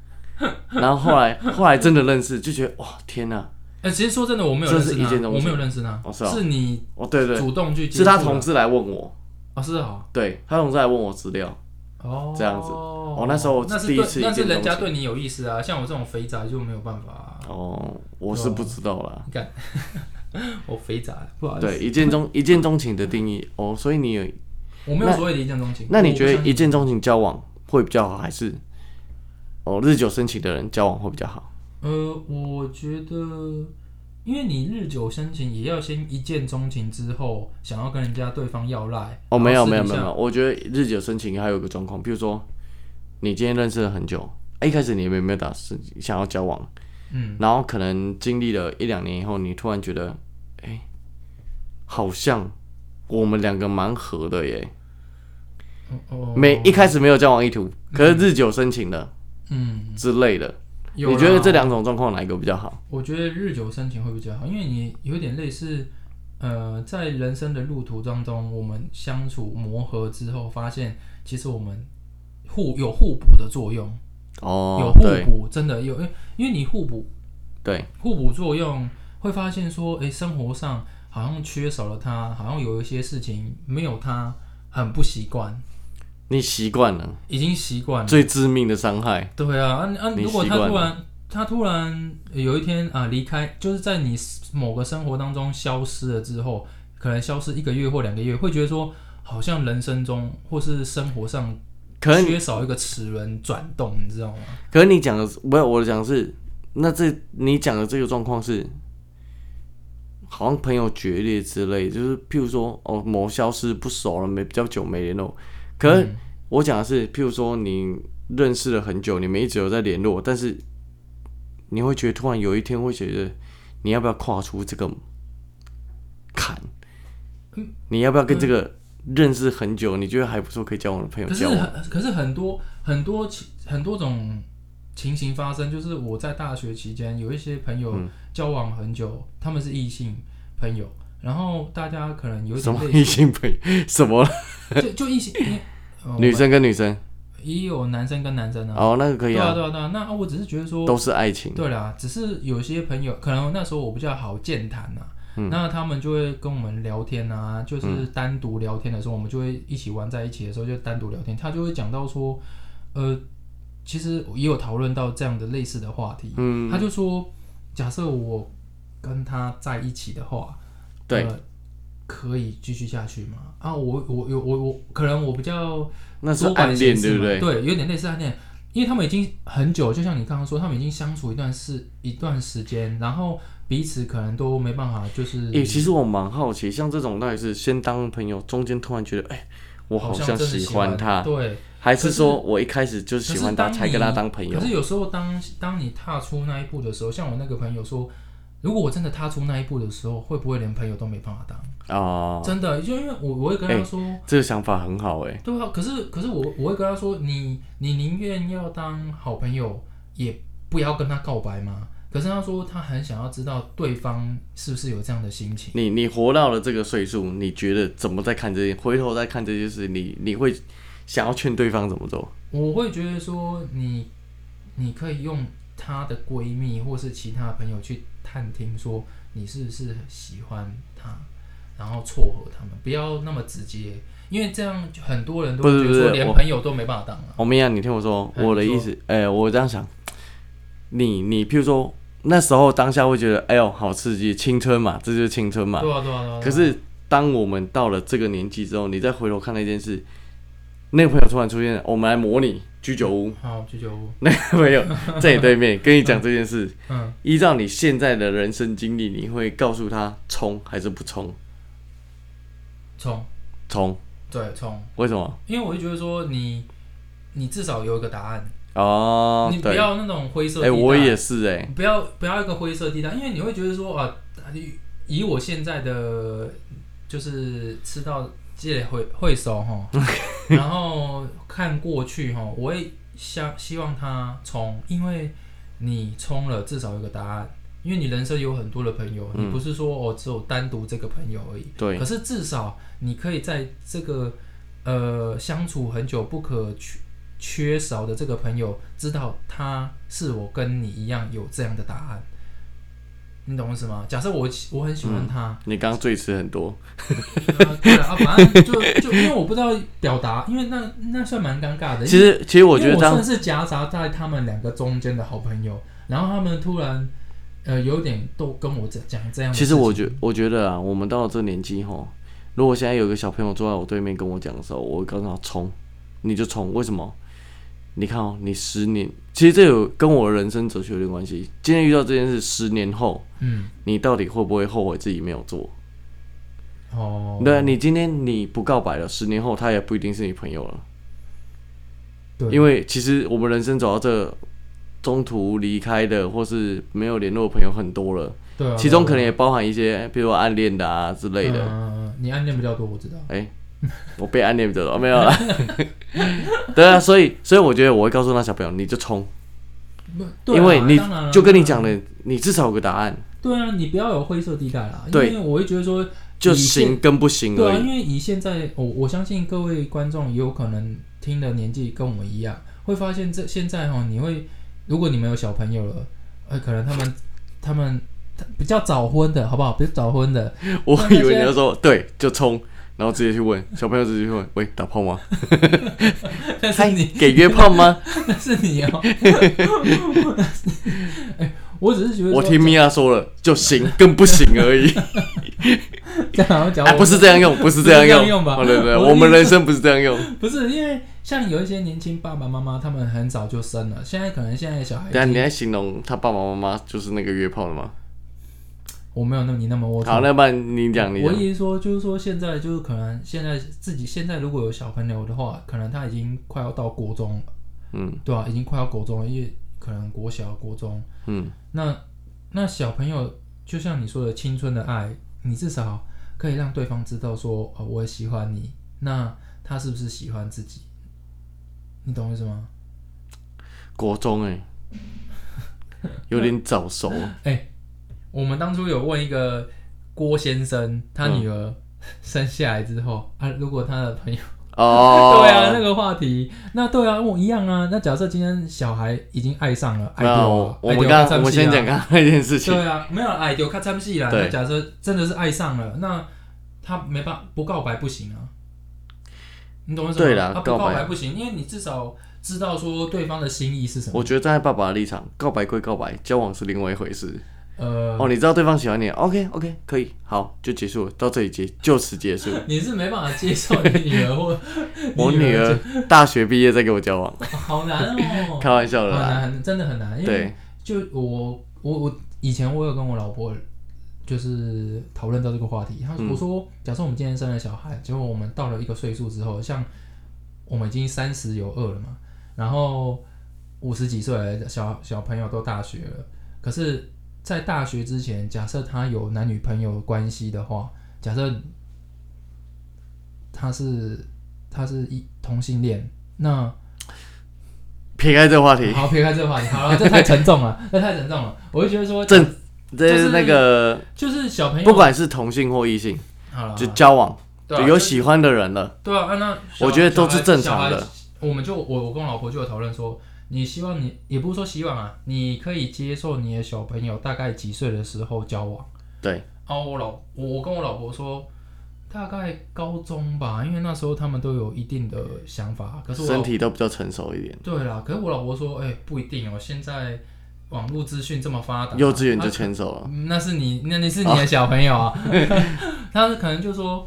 S1: (laughs) 然后后来后来真的认识，就觉得哇天呐，
S2: 哎，其实说真的，我没有认
S1: 这是
S2: 识
S1: 一见
S2: 他，
S1: 钟
S2: 我
S1: 情
S2: 没有认识他
S1: 哦，是啊
S2: 是你
S1: 哦对对，
S2: 主动去接
S1: 是
S2: 触的
S1: 他同事来问我。
S2: 哦，是哦，
S1: 对他同事来问我资料，
S2: 哦，
S1: 这样子
S2: 哦
S1: 那时候我
S2: 那是
S1: 第一
S2: 对
S1: 次
S2: 那
S1: 一
S2: 是
S1: 见
S2: 人家
S1: 钟
S2: 对你有意思啊，像我这种肥宅就没有办法、啊，
S1: 哦，我是不知道啦。
S2: 我哦肥宅不好意思，
S1: 对，一见钟一见钟情的定义哦，所以你有，
S2: 我没有所谓的一见钟情。
S1: 那你
S2: 我
S1: 觉
S2: 嗯
S1: 得
S2: 我不相
S1: 一见钟情交往会比较好，还是哦日久生情的人交往会比较好？
S2: 呃，我觉得。因为你日久生情，也要先一见钟情之后，想要跟人家对方要赖。
S1: 哦，没有没有没
S2: 然后私底
S1: 有
S2: 下
S1: 没有，我觉得日久生情还有一个状况，比如说你今天认识了很久，啊一开始你没有没有打算想要交往，
S2: 嗯，
S1: 然后可能经历了一两年以后，你突然觉得，哎、好像我们两个蛮合的耶，
S2: 哦哦，
S1: 没一开始没有交往意图，可是日久生情了，
S2: 嗯，
S1: 之类的。
S2: 有
S1: 你觉得
S2: 啦
S1: 这两种状况哪一个比较好？
S2: 我觉得日久生情会比较好，因为你有点类似，呃，在人生的路途当中，我们相处磨合之后，发现其实我们互有互补的作用，有
S1: 哦，
S2: 互
S1: 对
S2: 补，真的有，因为因为你互补
S1: 对，
S2: 互补作用，会发现说，诶，生活上好像缺少了他，好像有一些事情没有他很不习惯，
S1: 你习惯了
S2: 已经习惯了。
S1: 最致命的伤害，
S2: 对啊，啊啊！
S1: 你
S2: 如果
S1: 习
S2: 他
S1: 惯
S2: 突然他突然有一天啊离开，就是在你某个生活当中消失了之后，可能消失一个月或两个月，会觉得说好像人生中或是生活上
S1: 可能
S2: 缺少一个齿轮转动，你知道吗？
S1: 可是你讲的是，不是我讲的是，那这你讲的这个状况是，好像朋友决裂之类，就是譬如说哦，某消失不熟了，没比较久没联络。可是
S2: 嗯
S1: 我讲的是，譬如说你认识了很久，你们一直有在联络，但是你会觉得突然有一天会觉得，你要不要跨出这个坎？你要不要跟这个认识很久，你觉得还不错可以交往的朋友
S2: 可是
S1: 交往？
S2: 很可是很多很多情很多种情形发生，就是我在大学期间有一些朋友
S1: 嗯
S2: 交往很久，他们是异性朋友，然后大家可能有一
S1: 什
S2: 点
S1: 么
S2: 类
S1: 异性朋友？什么
S2: 就就异性。呃
S1: (laughs) 女生跟女生？
S2: 也有男生跟男生啊，
S1: 哦，那个可以
S2: 对啊，
S1: 啊，
S2: 对啊，对啊。那我只是觉得说，
S1: 都是爱情。
S2: (laughs) 对啊啦，只是有些朋友可能那时候我比较好健谈呐、
S1: 嗯
S2: 那他们就会跟我们聊天啊，就是单独聊天的时候，我们就会一起玩在一起的时候就单独聊天，他就会讲到说，呃，其实也有讨论到这样的类似的话题，
S1: 嗯，
S2: 他就说，假设我跟他在一起的话，
S1: 对，
S2: 呃可以继续下去吗？啊，我我有我我可能我比较
S1: 那是
S2: 多管
S1: 暗
S2: 闲
S1: 恋，
S2: 事
S1: 对不
S2: 嘛
S1: 对？
S2: 对，有点类似暗恋，因为他们已经很久，就像你刚刚说，他们已经相处一段时一段时间，然后彼此可能都没办法，就是
S1: 诶，其实我蛮好奇，像这种到底是先当朋友，中间突然觉得，哎，我
S2: 好
S1: 像
S2: 真的喜
S1: 欢他，
S2: 对。
S1: 还是
S2: 可是
S1: 说我一开始就喜欢他，
S2: 可是
S1: 才
S2: 当你
S1: 跟他当朋友
S2: 可？是有时候当当你踏出那一步的时候，像我那个朋友说，如果我真的踏出那一步的时候，会不会连朋友都没办法当？
S1: 哦，
S2: 真的，就因为我我会跟他说。
S1: 这个想法很好，哎，
S2: 对啊，可是可是我我会跟他说，你你宁愿要当好朋友，也不要跟他告白吗？可是他说他很想要知道对方是不是有这样的心情。
S1: 你你活到了这个岁数，你觉得怎么在看这些？回头再看这些事，你你会想要劝对方怎么做？
S2: 我会觉得说你，你可以用她的闺蜜或是其他朋友去探听，说你是不是喜欢她，然后撮合他们，不要那么直接，因为这样就很多人都会
S1: 不是
S2: 觉得
S1: 不是
S2: 说连
S1: 我
S2: 朋友都没办法当啊。
S1: 欧米亚，哦你听我说，
S2: 嗯
S1: 我的意思，哎、我这样想，你你譬如说那时候当下会觉得，哎呦，好刺激，青春嘛，这就是青春嘛。
S2: 对啊对啊对啊。对啊
S1: 可是当我们到了这个年纪之后，你再回头看那件事，那个朋友突然出现，我们来模拟居酒
S2: (laughs)
S1: 屋，
S2: 好，九九五，
S1: 那个朋友在你对面跟你讲这件事，
S2: 嗯，
S1: 依照你现在的人生经历，你会告诉他冲还是不冲？
S2: 冲，
S1: 冲，
S2: 对冲。
S1: 为什么？
S2: 因为我会觉得说你，你至少有一个答案，
S1: 哦
S2: 你，不
S1: 对，哎、
S2: 要那种灰色地带。
S1: 我也是、哎，
S2: 不要不要一个灰色地带，因为你会觉得说啊，以我现在的就是吃到这类会会
S1: (laughs)
S2: 手哈，然后看过去哈，我会想希望他冲，因为你冲了至少有个答案。因为你人生有很多的朋友，
S1: 嗯
S2: 你不是说哦只有单独这个朋友而已，
S1: 对
S2: 可，是至少你可以在这个呃相处很久不可缺缺少的这个朋友，知道他是我跟你一样有这样的答案。你懂我意思吗？假设我喜我很喜
S1: 嗯
S2: 欢他，
S1: 你刚刚最吃很多。
S2: 呃对啊，反正就就因为我不知道表达，因为那那算蛮尴尬的。
S1: 其实，其实我觉
S2: 因
S1: 得
S2: 为
S1: 当
S2: 算是夹杂在他们两个中间的好朋友，然后他们突然呃有点都跟我讲讲这样的
S1: 其
S2: 事情。
S1: 实我觉我觉得啊，我们到了这个年纪吼，如果现在有个小朋友坐在我对面跟我讲的时候，我刚好冲，你就冲，为什么？你看哦，你十年，其实这有跟我的人生哲学有点关系。今天遇到这件事，十年后
S2: 嗯
S1: 你到底会不会后悔自己没有做？
S2: 哦，
S1: 对啊，你今天你不告白了，十年后他也不一定是你朋友了，
S2: 对，
S1: 因为其实我们人生走到这，中途离开的或是没有联络的朋友很多了，
S2: 对啊
S1: 其中
S2: 对啊
S1: 可能也包含一些，比如说暗恋的啊之类的。
S2: 嗯、你暗恋比较多，我知道。
S1: 哎、我哦 (laughs) 啊被暗恋着了，没有啦。对啊，所以所以我觉得我会告诉那小朋友，你就冲，
S2: 不对啊
S1: 因为你
S2: 当然啊
S1: 就跟你讲了，你至少有个答案，
S2: 对啊，你不要有灰色地带啦。
S1: 对
S2: 因为我会觉得说，
S1: 就
S2: 你现
S1: 行跟不行
S2: 对
S1: 而
S2: 啊，
S1: 已。
S2: 因为以现在我我相信各位观众也有可能听的年纪跟我们一样，会发现这现在哈，你会如果你们有小朋友了，呃，可能他们他们他比较早婚的好不好？比较早婚的，
S1: 我
S2: 那那
S1: 以为
S2: 些
S1: 你要说对，就冲，然后直接去问小朋友，直接去问，喂，打炮吗？ (laughs)
S2: 但是你
S1: 给约炮吗？
S2: 但是你哦，哎我只是觉得
S1: 我
S2: 说
S1: 听米娅说了，就行跟不行而
S2: (laughs)
S1: 已。
S2: 这样好像讲
S1: 哎，
S2: 我
S1: 不是这样用，不是这样
S2: 不是这
S1: 用，
S2: 样用吧
S1: 哦对对，
S2: 我
S1: 我们人生不是这样
S2: (laughs)
S1: 用。
S2: 不是因为像有一些年轻爸爸妈妈他们很早就生了，现在可能现在小孩已
S1: 等一下你
S2: 经
S1: 在形容他爸爸妈妈就是那个约炮的吗？
S2: 我没有那么你那么龌龊
S1: 好，那不然你讲，你
S2: 我
S1: 讲。
S2: 意思说，就是说现在就是可能现在自己现在如果有小朋友的话，可能他已经快要到国中了，
S1: 嗯
S2: 对吧、啊已经快要国中了，因为可能国小、国中，
S1: 嗯，
S2: 那那小朋友就像你说的青春的爱，你至少可以让对方知道说，哦，我喜欢你，那他是不是喜欢自己？你懂我意思吗？
S1: 国中
S2: (laughs)
S1: 哎，有点早熟。
S2: 我们当初有问一个郭先生，他女儿
S1: 嗯
S2: (laughs) 生下来之后，啊，如果他的朋友。
S1: 哦，
S2: 对啊，那个话题，那对啊，我一样啊。那假设今天小孩已经爱上了，爱
S1: 没有
S2: 丢啊，
S1: 我们
S2: 爱丢
S1: 刚
S2: 看
S1: 我们
S2: 参
S1: 先
S2: 戏啊
S1: 讲刚刚那件事情，
S2: 对啊，没有爱丢看参戏啦。
S1: 对
S2: 那假设真的是爱上了，那他没办法不告白不行啊。你懂我意思吗？
S1: 对啦
S2: 他不
S1: 告白
S2: 告白不行，因为你至少知道说对方的心意是什么。
S1: 我觉得站在爸爸的立场，告白归告白，交往是另外一回事。
S2: 呃，
S1: 哦，你知道对方喜欢你，OK OK，可以，好，就结束了，到这里
S2: (laughs)
S1: 结，就此结束。
S2: 你是没办法接受你女儿或
S1: (laughs) 我
S2: 你
S1: 女
S2: 儿
S1: 儿大学毕业再跟我交往，
S2: 就，好难哦，
S1: 开玩笑
S2: 很
S1: 的啦。
S2: 难，很真的很难，因为
S1: 对，
S2: 就我我我以前我有跟我老婆就是讨论到这个话题，她、
S1: 嗯
S2: 我说，假设我们今天生了小孩，结果我们到了一个岁数之后，像我们已经三十有二了嘛，然后五十几岁了，小小朋友都大学了，可是，在大学之前，假设他有男女朋友关系的话，假设他是他是一同性恋，那
S1: 撇开这个话题，
S2: 好撇开这个话题，好了，这太沉重了， (laughs) 这太沉重了，我就觉得说
S1: 正
S2: 就
S1: 这
S2: 是
S1: 那个
S2: 就是小朋友，
S1: 不管是同性或异性，
S2: 好了，
S1: 就交往，
S2: 对
S1: 就
S2: 啊
S1: 有喜欢的人了，
S2: 对啊，啊那小
S1: 我觉得都是正常。
S2: 小
S1: 的
S2: 孩我们就我我跟我老婆就有讨论说，你希望你也不是说希望啊，你可以接受你的小朋友大概几岁的时候交往。
S1: 对，
S2: 哦，我老我我跟我老婆说，大概高中吧，因为那时候他们都有一定的想法。可是哦我老
S1: 身体都比较成熟一点。
S2: 对啦，可是我老婆说，哎、不一定哦，现在网络资讯这么发达，
S1: 幼稚园就
S2: 啊
S1: 牵手了，
S2: 嗯那是你，那你是
S1: 哦
S2: 你的小朋
S1: (laughs)
S2: 友啊。他可能就说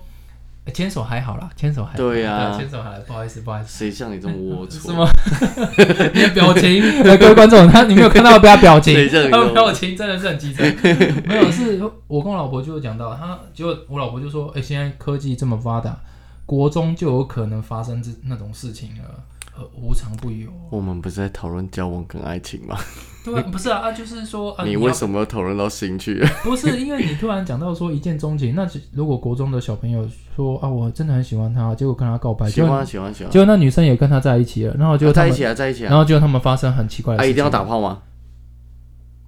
S2: 呃牵手还好啦，牵手还好
S1: 对啊
S2: 牵手还好不好意思，不好意思。
S1: 谁像你这么龌
S2: (laughs) 什
S1: 龊？
S2: 么？你的表情，
S1: (laughs)
S2: 呃各位观众，他你没有看到他的表情
S1: 谁，叫你
S2: 他的
S1: 弄
S2: 表情真的是很机车。没有，是我跟我老婆就有讲到，他结果我老婆就说：“哎、现在科技这么发达，国中就有可能发生这那种事情了，呃，无常不有。
S1: 我们不是在讨论交往跟爱情吗？”
S2: 对啊，不是啊，啊就是说，啊、
S1: 你
S2: 要
S1: 为什么要讨论到兴趣了？
S2: 不是因为你突然讲到说一见钟情，那是如果国中的小朋友说啊，我真的很喜欢他，结果跟他告
S1: (laughs)
S2: 白，
S1: 喜
S2: 结
S1: 欢啊
S2: 欢，
S1: 喜欢喜欢
S2: 结，果那女生也跟他在一起了，然后就
S1: 啊在一起啊，在一起
S2: 然
S1: 啊，
S2: 后就他们发生很奇怪的
S1: 啊，
S2: 事情，
S1: 一定要打炮吗？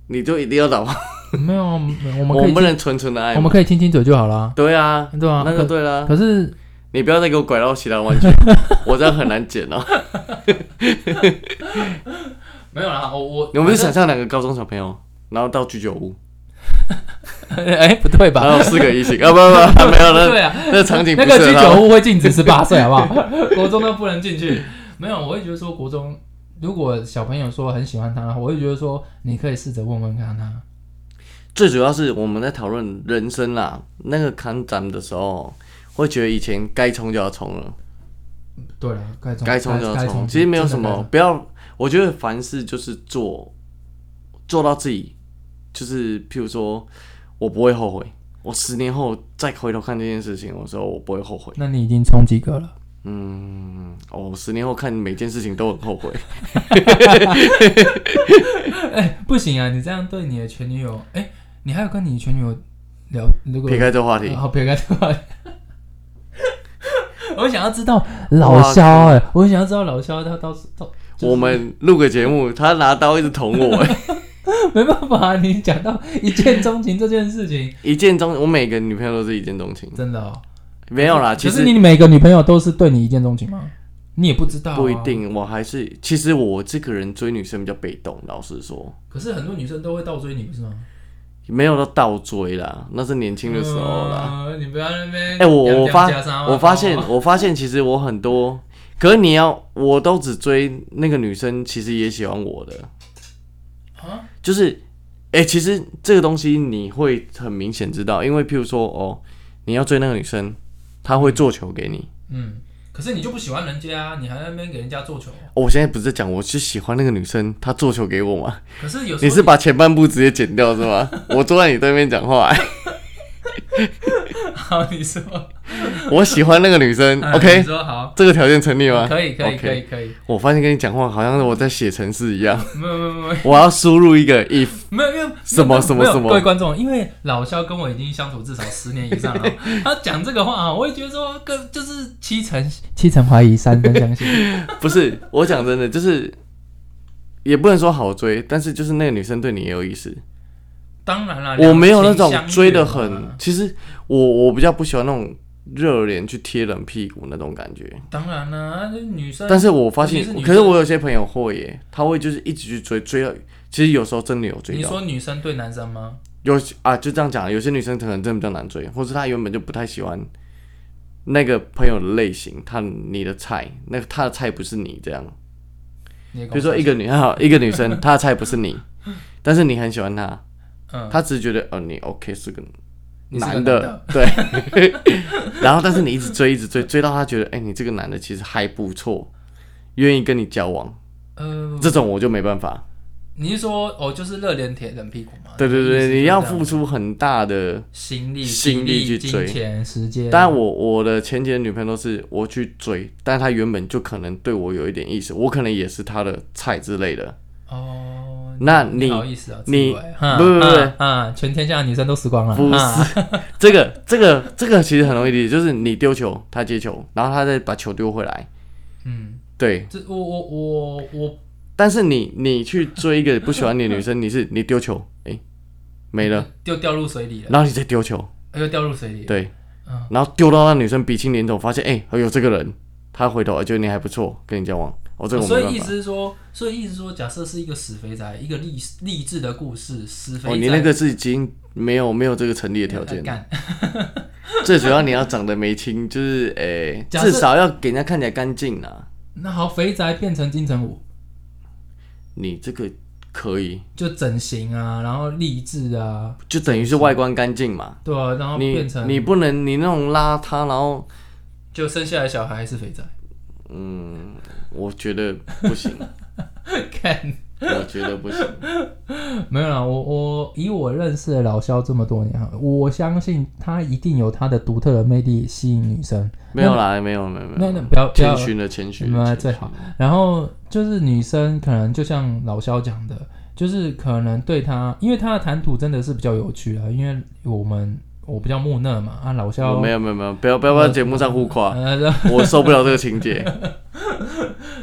S1: 你就一定要打炮？
S2: 没有，我们
S1: 我
S2: 可
S1: 们
S2: 以
S1: 不
S2: 亲
S1: 能纯纯的爱
S2: 我
S1: 吗
S2: 们？可以亲亲嘴就好啦，
S1: 对啊，
S2: 对啊，
S1: 那个对啦
S2: 可，可是
S1: 你不要再给我拐到其他
S2: (laughs)
S1: 弯曲，我这样很难剪哦。
S2: 没有啦，我我
S1: 你们就想象两个高中小朋友，然后到居酒
S2: (laughs)
S1: 屋，
S2: 哎不对吧？
S1: 然后四个异性，啊不不不，没
S2: (laughs)
S1: 有那
S2: 对啊，
S1: 那场景不
S2: 那个
S1: 适
S2: 居
S1: 合他
S2: 酒
S1: 们。
S2: 屋会禁止十八岁，好不好？国中都不能进去。没有，我会觉得说国中。如果小朋友说很喜欢他，我会觉得说你可以试着问问看他。
S1: 最主要是我们在讨论人生啦，那个看展的时候，会觉得以前该冲就要冲了。
S2: 对了，该冲
S1: 该冲就要
S2: 该
S1: 冲，其实没有什
S2: 真的该
S1: 么
S2: 冲，
S1: 不要。我觉得凡事就是做，做到自己，就是譬如说，我不会后悔。我十年后再回头看这件事情的时候，我不会后悔。
S2: 那你已经冲几个了？ (laughs)
S1: 嗯，哦，十年后看每件事情都很后
S2: (laughs)
S1: 悔。
S2: 不行啊，你这样对你的前女友，哎、你还有跟你前女友聊那个
S1: 撇开这话题，
S2: 好，撇开这 (laughs) 个。我想要知道老肖哎、我想要知道老肖他到时到
S1: 我们录个节目，他拿刀一直捅我、 (laughs) 哎
S2: (laughs) 没办法，啊你讲到一见钟情这件事情，
S1: 一见钟，我每个女朋友都是一见钟情，
S2: 真的哦。
S1: 没有啦，啊其
S2: 可
S1: 实
S2: 是你每个女朋友都是对你一见钟情吗？你也不知道、啊
S1: 不一。定，我还是其实我这个人追女生比较被动，老实说，
S2: 可是很多女生都会倒追你，不是吗？
S1: 没有到倒追啦，那是年轻的时候啦。
S2: 呃你不要在那边。
S1: 哎、我我
S2: 两两加三
S1: 发
S2: 啊
S1: 我发现我发现其实我很多，可是你要我都只追那个女生，其实也喜欢我的，
S2: 啊，
S1: 就是哎、其实这个东西你会很明显知道，因为譬如说哦，你要追那个女生，她会做球给你。
S2: 嗯，可是你就不喜欢人家啊，你还在那边给人家做球。
S1: 哦我现在不是在讲，我是喜欢那个女生，她做球给我嘛？
S2: 可是有时候
S1: 你是把前半部直接剪掉是
S2: (laughs)
S1: 吗？我坐在你对面讲话、
S2: 好，你说
S1: 我喜欢那个女生
S2: 嗯你
S1: ，OK，
S2: 说好，
S1: 这个条件成立吗？
S2: 可以，可以，
S1: OK
S2: 可以，可以，
S1: 我发现跟你讲话好像是我在写程式一样，
S2: 没有，没有，没有。
S1: 我要输入一个 if，
S2: 没有，没有没有
S1: 什么
S2: 没有
S1: 什么
S2: 没有
S1: 什么
S2: 各位观众，因为老肖跟我已经相处至少十年以上了，他讲这个话啊，我也觉得说，跟就是七成七成怀疑，三分相信。
S1: 不是我讲真的，就是也不能说好追，但是就是那个女生对你也有意思。
S2: 当然啦，
S1: 我没有那
S2: 两
S1: 种
S2: 啊情
S1: 追的
S2: 相悦嘛
S1: 很，其实我我比较不喜欢那种热脸去贴冷屁股那种感觉。
S2: 当然啦，那女生，
S1: 但是我发现
S2: 啊尤其是，女生
S1: 可是我有些朋友会耶，他会就是一直去追，追到其实有时候真的有追
S2: 你
S1: 到。
S2: 说女生对男生吗？
S1: 有些啊，就这样讲，有些女生可能真的比较难追，或是她原本就不太喜欢那个朋友的类型，她你的菜，那个她的菜不是你这样。
S2: 你也跟
S1: 比如
S2: 我
S1: 说一个女，好一个女生，她的菜不是你，但是你很喜欢她，
S2: 嗯，
S1: 她只是觉得呃你 OK 是个
S2: 你是个
S1: 男
S2: 男
S1: 的
S2: 的，
S1: 对。 (laughs) 然后但是你一直追，一直追，追到她觉得哎、你这个男的其实还不错，愿意跟你交往，
S2: 呃，
S1: 这种我就没办法。
S2: 你是说哦，就是热脸贴冷屁股吗？
S1: 对对
S2: 意思
S1: 对，
S2: 啊就是
S1: 你要
S2: 这样
S1: 付出很大的。
S2: 心力、
S1: 心力
S2: 体
S1: 去追
S2: 金钱、时间。
S1: 当然我，我的前几任女朋友都是我去追，但她原本就可能对我有一点意思，我可能也是她的菜之类的。
S2: 哦，
S1: 那
S2: 你
S1: 你
S2: 好意思啊，
S1: 你
S2: 自以为哼
S1: 不不不
S2: 哼哼全天下的女生都死光了，
S1: 不
S2: 哼
S1: 是这个这个这个其实很容易理解，就是你丢球，她接球，然后她再把球丢回来。
S2: 嗯，
S1: 对，
S2: 这我我我我
S1: 但是你你去追一个不喜欢你的女生，你是你丢球，哎、没了，
S2: 掉掉入水里了，
S1: 然后你再丢球，
S2: 又掉入水里了，
S1: 对
S2: 嗯，
S1: 然后丢到那女生鼻青脸肿，发现哎、有这个人，她回头哎觉得你还不错，跟你交往。哦，这个我
S2: 所
S1: 没
S2: 以
S1: 办
S2: 意
S1: 法
S2: 思。是说，所以意思是说，假设是一个死肥宅，一个励励志的故事，死肥宅，
S1: 哦，你那个是已经没有没有这个成立的条件了。
S2: 干， (laughs)
S1: 最主要你要长得眉清，就是诶、
S2: 假设
S1: 至少要给人家看起来干净啦。
S2: 那好，肥宅变成金城武，
S1: 你这个可以，
S2: 就整形啊，然后励志啊，
S1: 就等于是外观干净嘛。
S2: 对啊，然后
S1: 你
S2: 变成
S1: 你不能你那种邋遢，然后
S2: 就生下来小孩是肥宅， (laughs)
S1: 嗯，我觉得不行，
S2: 看
S1: 我觉得不行。
S2: 没有啦，我我以我认识的老肖这么多年哈，我相信他一定有他的独特的魅力吸引女生。
S1: 没有啦，没有没有没
S2: 那
S1: 有，
S2: 那不要不要
S1: 啊谦，虚了，谦虚
S2: 你们
S1: 了，
S2: 最好。然后就是女生可能就像老肖讲的，就是可能对他，因为他的谈吐真的是比较有趣啊，因为我们我比较木讷嘛，啊老肖
S1: 我没有没有没有，不要不要不要节目上互夸，
S2: 呃 (laughs)
S1: 我受不了这个情节。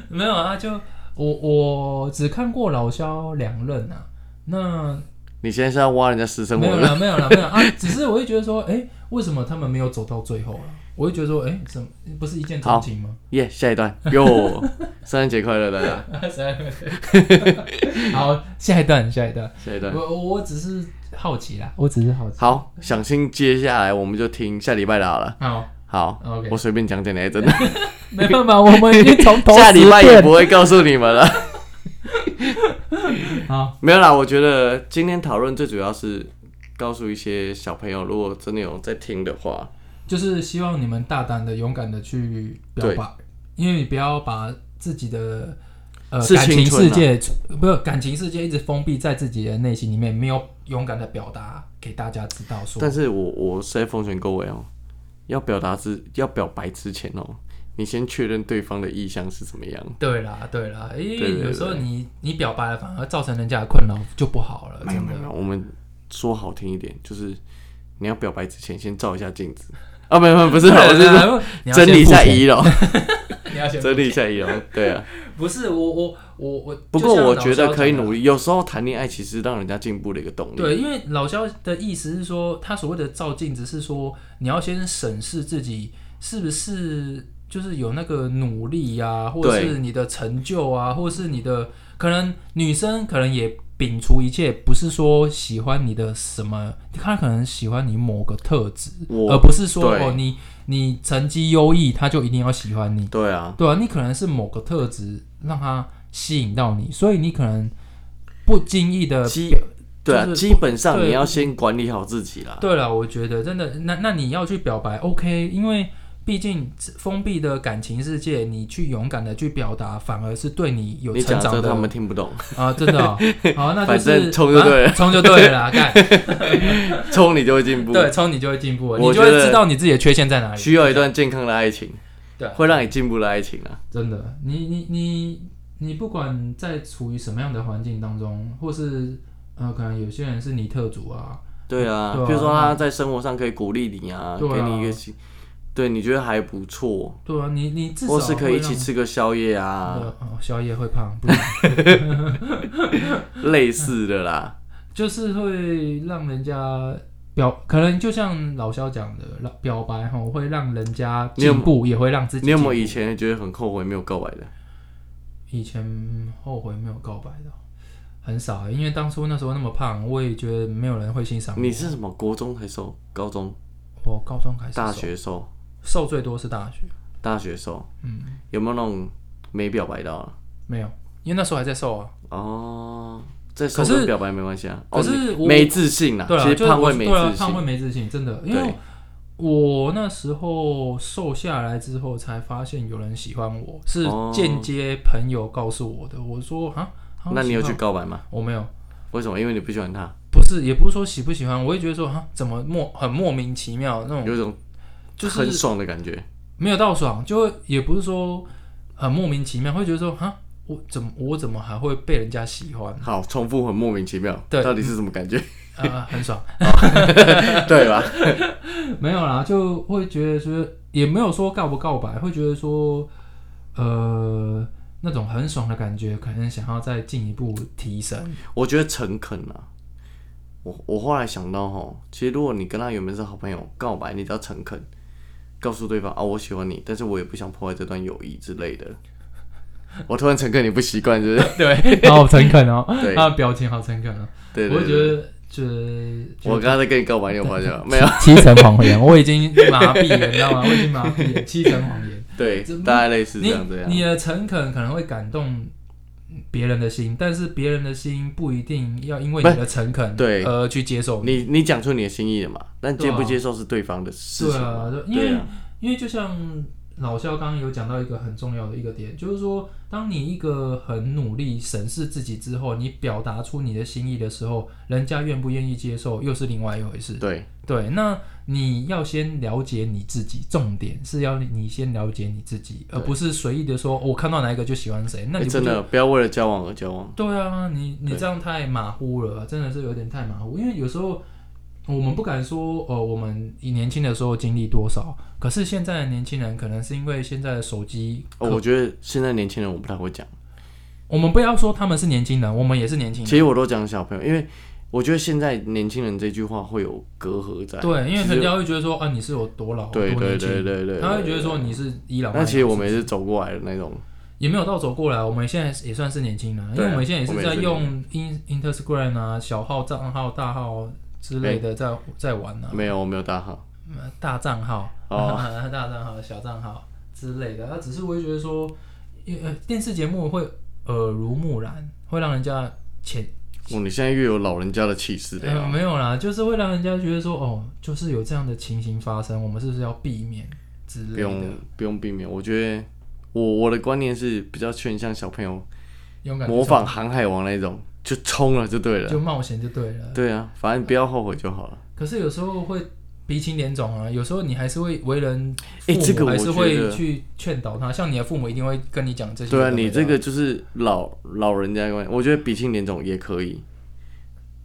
S2: 没有啊，就我我只看过老肖两任啊，那
S1: 你现在是要挖人家私生
S2: 没
S1: 活
S2: 有
S1: 了？
S2: 啦，没有啦，没有啊！只是我会觉得说，哎、为什么他们没有走到最后啊？我会觉得说，哎、怎么不是一见钟情吗？ (laughs)
S1: 耶下一段哟， (laughs) 圣诞节快乐，大家，
S2: 好，下一段，下一段。
S1: 下一段。
S2: 我我我只是好奇啦，我只是好奇。
S1: 好，想听接下来我们就听下礼拜的好了。
S2: 好
S1: 好，
S2: ，OK，
S1: 我随便讲点来 (laughs) 真的，
S2: 没办法，我们已经从
S1: (laughs)
S2: 头
S1: 下礼拜也
S2: 10遍
S1: 不会告诉你们了。 (laughs)
S2: 好，
S1: 没有啦，我觉得今天讨论最主要是告诉一些小朋友，如果真的有在听的话，
S2: 就是希望你们大胆的、勇敢的去表
S1: 对
S2: 白，因为你不要把自己的。呃，
S1: 是
S2: 感情
S1: 青春
S2: 世
S1: 啊
S2: 界不是感情世界一直封闭在自己的内心里面，没有勇敢的表达给大家知道说
S1: 但是我我是在奉劝各位哦、要表达之要表白之前哦、你先确认对方的意向是怎么样。
S2: 对啦，对啦，因
S1: 对
S2: 为
S1: 对
S2: 有时候你你表白了，反而造成人家的困扰就不好了，
S1: 没有
S2: 真
S1: 没有没
S2: 的。
S1: 有，我们说好听一点，就是你要表 (laughs) 白之前先照一下镜子啊，没有没有不是，我是说
S2: 你要
S1: 整
S2: 先
S1: 理一 (laughs)
S2: 付
S1: 下
S2: 钱
S1: 仪容，
S2: 你要先
S1: 整理一下仪容，对啊。
S2: 不是我我我我，
S1: 不
S2: 就
S1: 过
S2: 像
S1: 我
S2: 老
S1: 觉
S2: 肖
S1: 得
S2: 讲
S1: 可以
S2: 的
S1: 努力，有时候谈恋爱其实让人家进步的一个动力。
S2: 对，因为老肖的意思是说，他所谓的照镜子是说，你要先审视自己是不是就是有那个努力呀、或者
S1: 对
S2: 是你的成就啊，或者是你的可能女生可能也摒除一切，不是说喜欢你的什么，她可能喜欢你某个特质，
S1: 我
S2: 而不是说
S1: 对
S2: 哦你你成绩优异，她就一定要喜欢你。
S1: 对啊，
S2: 对啊，你可能是某个特质让她吸引到你，所以你可能不经意的
S1: 基对啊，
S2: 呃就是
S1: 基本上
S2: 对
S1: 你要先管理好自己啦。
S2: 对了，我觉得真的，那那你要去表白，OK，因为毕竟封闭的感情世界，你去勇敢的去表达，反而是对你有
S1: 你
S2: 成
S1: 讲
S2: 长
S1: 这
S2: 的
S1: 他们听不懂， (laughs)
S2: 啊，真的哦、好，那就
S1: 反
S2: 是
S1: 正冲就对了
S2: 啊冲就对了啦，
S1: (laughs)
S2: 干，
S1: 冲你就会进步。
S2: 对，冲你就会进步了，
S1: 我
S2: 你就
S1: 觉
S2: 会
S1: 得
S2: 知道你自己的缺陷在哪里。
S1: 需要一段健康的爱情，
S2: 对啊
S1: 会让你进步的爱情啊。
S2: 真的，你你你你不管在处于什么样的环境当中，或是呃，可能有些人是尼特族啊，
S1: 对啊，
S2: 对啊
S1: 比如说他在生活上可以鼓励你啊，
S2: 对啊
S1: 给你一个新，对你觉得还不错，
S2: 对啊，你你至少
S1: 或是可以一
S2: 会
S1: 起
S2: 让
S1: 吃个宵夜啊，
S2: 呃哦，宵夜会胖，不然啊
S1: 类似的
S2: (laughs)
S1: 啦。
S2: (laughs) 就是会让人家表，可能就像老肖讲的，让表白吼会让人家
S1: 你有
S2: 进步，也会让自己
S1: 你有没有
S2: 进
S1: 以前觉得很后悔没有告白的？
S2: 以前后悔没有告白的哦？很少欸，因为当初那时候那么胖，我也觉得没有人会欣赏我
S1: 你是什么国中才瘦，高中、
S2: 我高中开始
S1: 大
S2: 瘦
S1: 学瘦，
S2: 瘦最多是大学，
S1: 大学瘦，
S2: 嗯，
S1: 有没有那种没表白到啊？
S2: 没有，因为那时候还在瘦啊。
S1: 哦，这瘦
S2: 可是
S1: 跟表白没关系啊。
S2: 可
S1: 哦
S2: 是
S1: 你
S2: 我
S1: 没自信啊，
S2: 对啊，
S1: 其
S2: 就
S1: 实
S2: 是
S1: 胖
S2: 我
S1: 会
S2: 是
S1: 没
S2: 对啊
S1: 自
S2: 胖
S1: 信
S2: 会。没自信，真的，因为
S1: 对
S2: 我那时候瘦下来之后，才发现有人喜欢我，是
S1: 哦
S2: 间接朋友告诉我的。我说啊，哦他们
S1: 那你有
S2: 喜
S1: 去
S2: 欢
S1: 告白吗？
S2: 我？我没有，
S1: 为什么？因为你不喜欢他，
S2: 不是，也不是说喜不喜欢，我也觉得说啊，怎么莫很莫名其妙那种，
S1: 有一种
S2: 就是
S1: 很爽的感觉。
S2: 没有到爽，就会也不是说很莫名其妙，会觉得说啊，我怎么我怎么还会被人家喜欢？
S1: 好，重复很莫名其妙，
S2: 对
S1: 到底是什么感
S2: (laughs)
S1: 觉？
S2: 呃，很爽，
S1: 对吧？
S2: 没有啦，就会觉得说也没有说告不告白，会觉得说呃那种很爽的感觉，可能想要再进一步提升。
S1: 我觉得诚恳啊，我我后来想到哈，其实如果你跟他原本是好朋友，告白你只要诚恳，告诉对方啊我喜欢你，但是我也不想破坏这段友谊之类的。我突然诚恳，你不习惯是不是？
S2: 对， (laughs) 好诚恳哦，
S1: (laughs)
S2: (laughs)
S1: 对
S2: 他的表情好诚恳哦，
S1: 对对
S2: 我会
S1: 对
S2: 觉得就是
S1: 我刚刚在跟你告白，你有发现
S2: (laughs)
S1: 吗？没有，
S2: 七成谎言，我已经麻痹了，你知道吗？我已经麻痹了，七成谎
S1: (laughs)
S2: 言。
S1: 对
S2: 怎，么
S1: 大概类似这
S2: 你
S1: 样这啊样。
S2: 你的诚恳可能会感动别人的心，但是别人的心不一定要因为你
S1: 不是
S2: 的诚恳
S1: 对
S2: 而去接受
S1: 你
S2: 你。
S1: 你讲出你的心意了嘛？但接不
S2: 对啊
S1: 接受是对方的事
S2: 对
S1: 情
S2: 啊
S1: 嘛。，
S2: 对因
S1: 对
S2: 为
S1: 啊，
S2: 因为就像老肖刚刚有讲到一个很重要的一个点，就是说，当你一个很努力审视自己之后，你表达出你的心意的时候，人家愿不愿意接受又是另外一回事。
S1: 对
S2: 对，那你要先了解你自己，重点是要你先了解你自己，而
S1: 对
S2: 不是随意的说、哦我看到哪一个就喜欢谁。那
S1: 哎
S2: 你不
S1: 真
S2: 就
S1: 的不要为了交往而交往。
S2: 对啊，你你
S1: 对
S2: 这样太马虎了，真的是有点太马虎。因为有时候我们不敢说，呃，我们以年轻的时候经历多少，可是现在的年轻人可能是因为现在的手机，
S1: 哦，我觉得现在年轻人我不太会讲。
S2: 我们不要说他们是年轻人，我们也是年轻人。
S1: 其实我都讲小朋友，因为我觉得现在年轻人这句话会有隔阂在。
S2: 对，因为
S1: 其实
S2: 人家会觉得说啊，你是有多老
S1: 对
S2: 多
S1: 对
S2: 年轻，
S1: 对对对，
S2: 他会觉得说
S1: 对。
S2: 你是伊朗。
S1: 那其实我们
S2: 也
S1: 也是走过来的那种，
S2: 也没有到走过来，我们现在也算是年轻人，因
S1: 对
S2: 为
S1: 啊
S2: 我们现在也是在
S1: 我
S2: 用 in Instagram 啊、小号、账号、大号之类的在在玩啊。
S1: 没有我没有大号，
S2: 呃大账号、 (laughs)
S1: 哦
S2: 大账号、小账号之类的。他啊只是我会觉得说，因为呃，电视节目会呃耳濡目染，会让人家潜、
S1: 哦，你现在越有老人家的啊气势了
S2: 呃、
S1: 呀。
S2: 没有啦，就是会让人家觉得说，哦，就是有这样的情形发生，我们是不是要避免之
S1: 不
S2: 类
S1: 用
S2: 的？
S1: 不用避免，我觉得我我的观念是比较劝向小朋友
S2: 勇敢去
S1: 模
S2: 闯
S1: 仿航海王那种，就冲了就对了。
S2: 就冒险就对了。
S1: 对啊，反正不要后悔就好了。
S2: 可是有时候会鼻青脸肿啊，有时候你还是会为人父
S1: 哎
S2: 母，
S1: 这个我
S2: 还是
S1: 觉
S2: 会
S1: 得
S2: 去劝导他。像你的父母一定会跟你讲这些有
S1: 对
S2: 的
S1: 啊，
S2: 没的。
S1: 你这个就是老老人家的观念，我觉得鼻青脸肿也可以，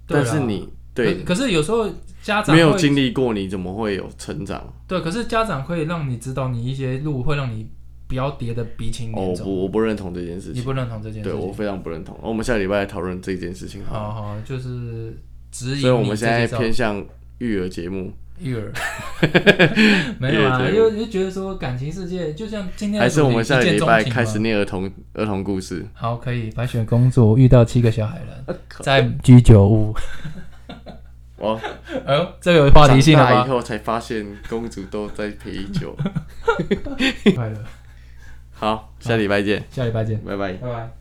S2: 对啦，
S1: 但是你对
S2: 可，可是有时候家长
S1: 没有
S2: 会
S1: 经历过，你怎么会有成长？
S2: 对，可是家长可以让你指导你一些路，会让你不要叠的鼻青
S1: 哦，
S2: 脸
S1: 我
S2: 肿。
S1: 不我不认同这件事
S2: 你
S1: 情，
S2: 不认同这件事
S1: 对我
S2: 情？
S1: 非常不认同。哦那我们下礼拜来讨论这件事情好了，
S2: 好好，就是指引你
S1: 所以我们
S2: 这
S1: 现在
S2: 介绍
S1: 偏向育儿节目，(laughs)
S2: 育儿，没有啊，
S1: 育儿节目
S2: 就就觉得说感情世界就像今天的
S1: 还是
S2: 主
S1: 我
S2: 题
S1: 们下个
S2: 一见
S1: 礼
S2: 钟
S1: 拜
S2: 情
S1: 开
S2: 嘛
S1: 始念儿童儿童故事？
S2: 好，可以。白雪公主遇到七个小矮
S1: (laughs)
S2: 人，在居酒屋。
S1: 哇，
S2: (laughs) 哎呦，这有话题性
S1: (laughs)
S2: 了
S1: 长大以
S2: 吧？
S1: 后才发现公主都在陪酒。
S2: 快乐，
S1: 好，下礼拜见，
S2: 下礼拜见，
S1: 拜拜。
S2: 拜拜。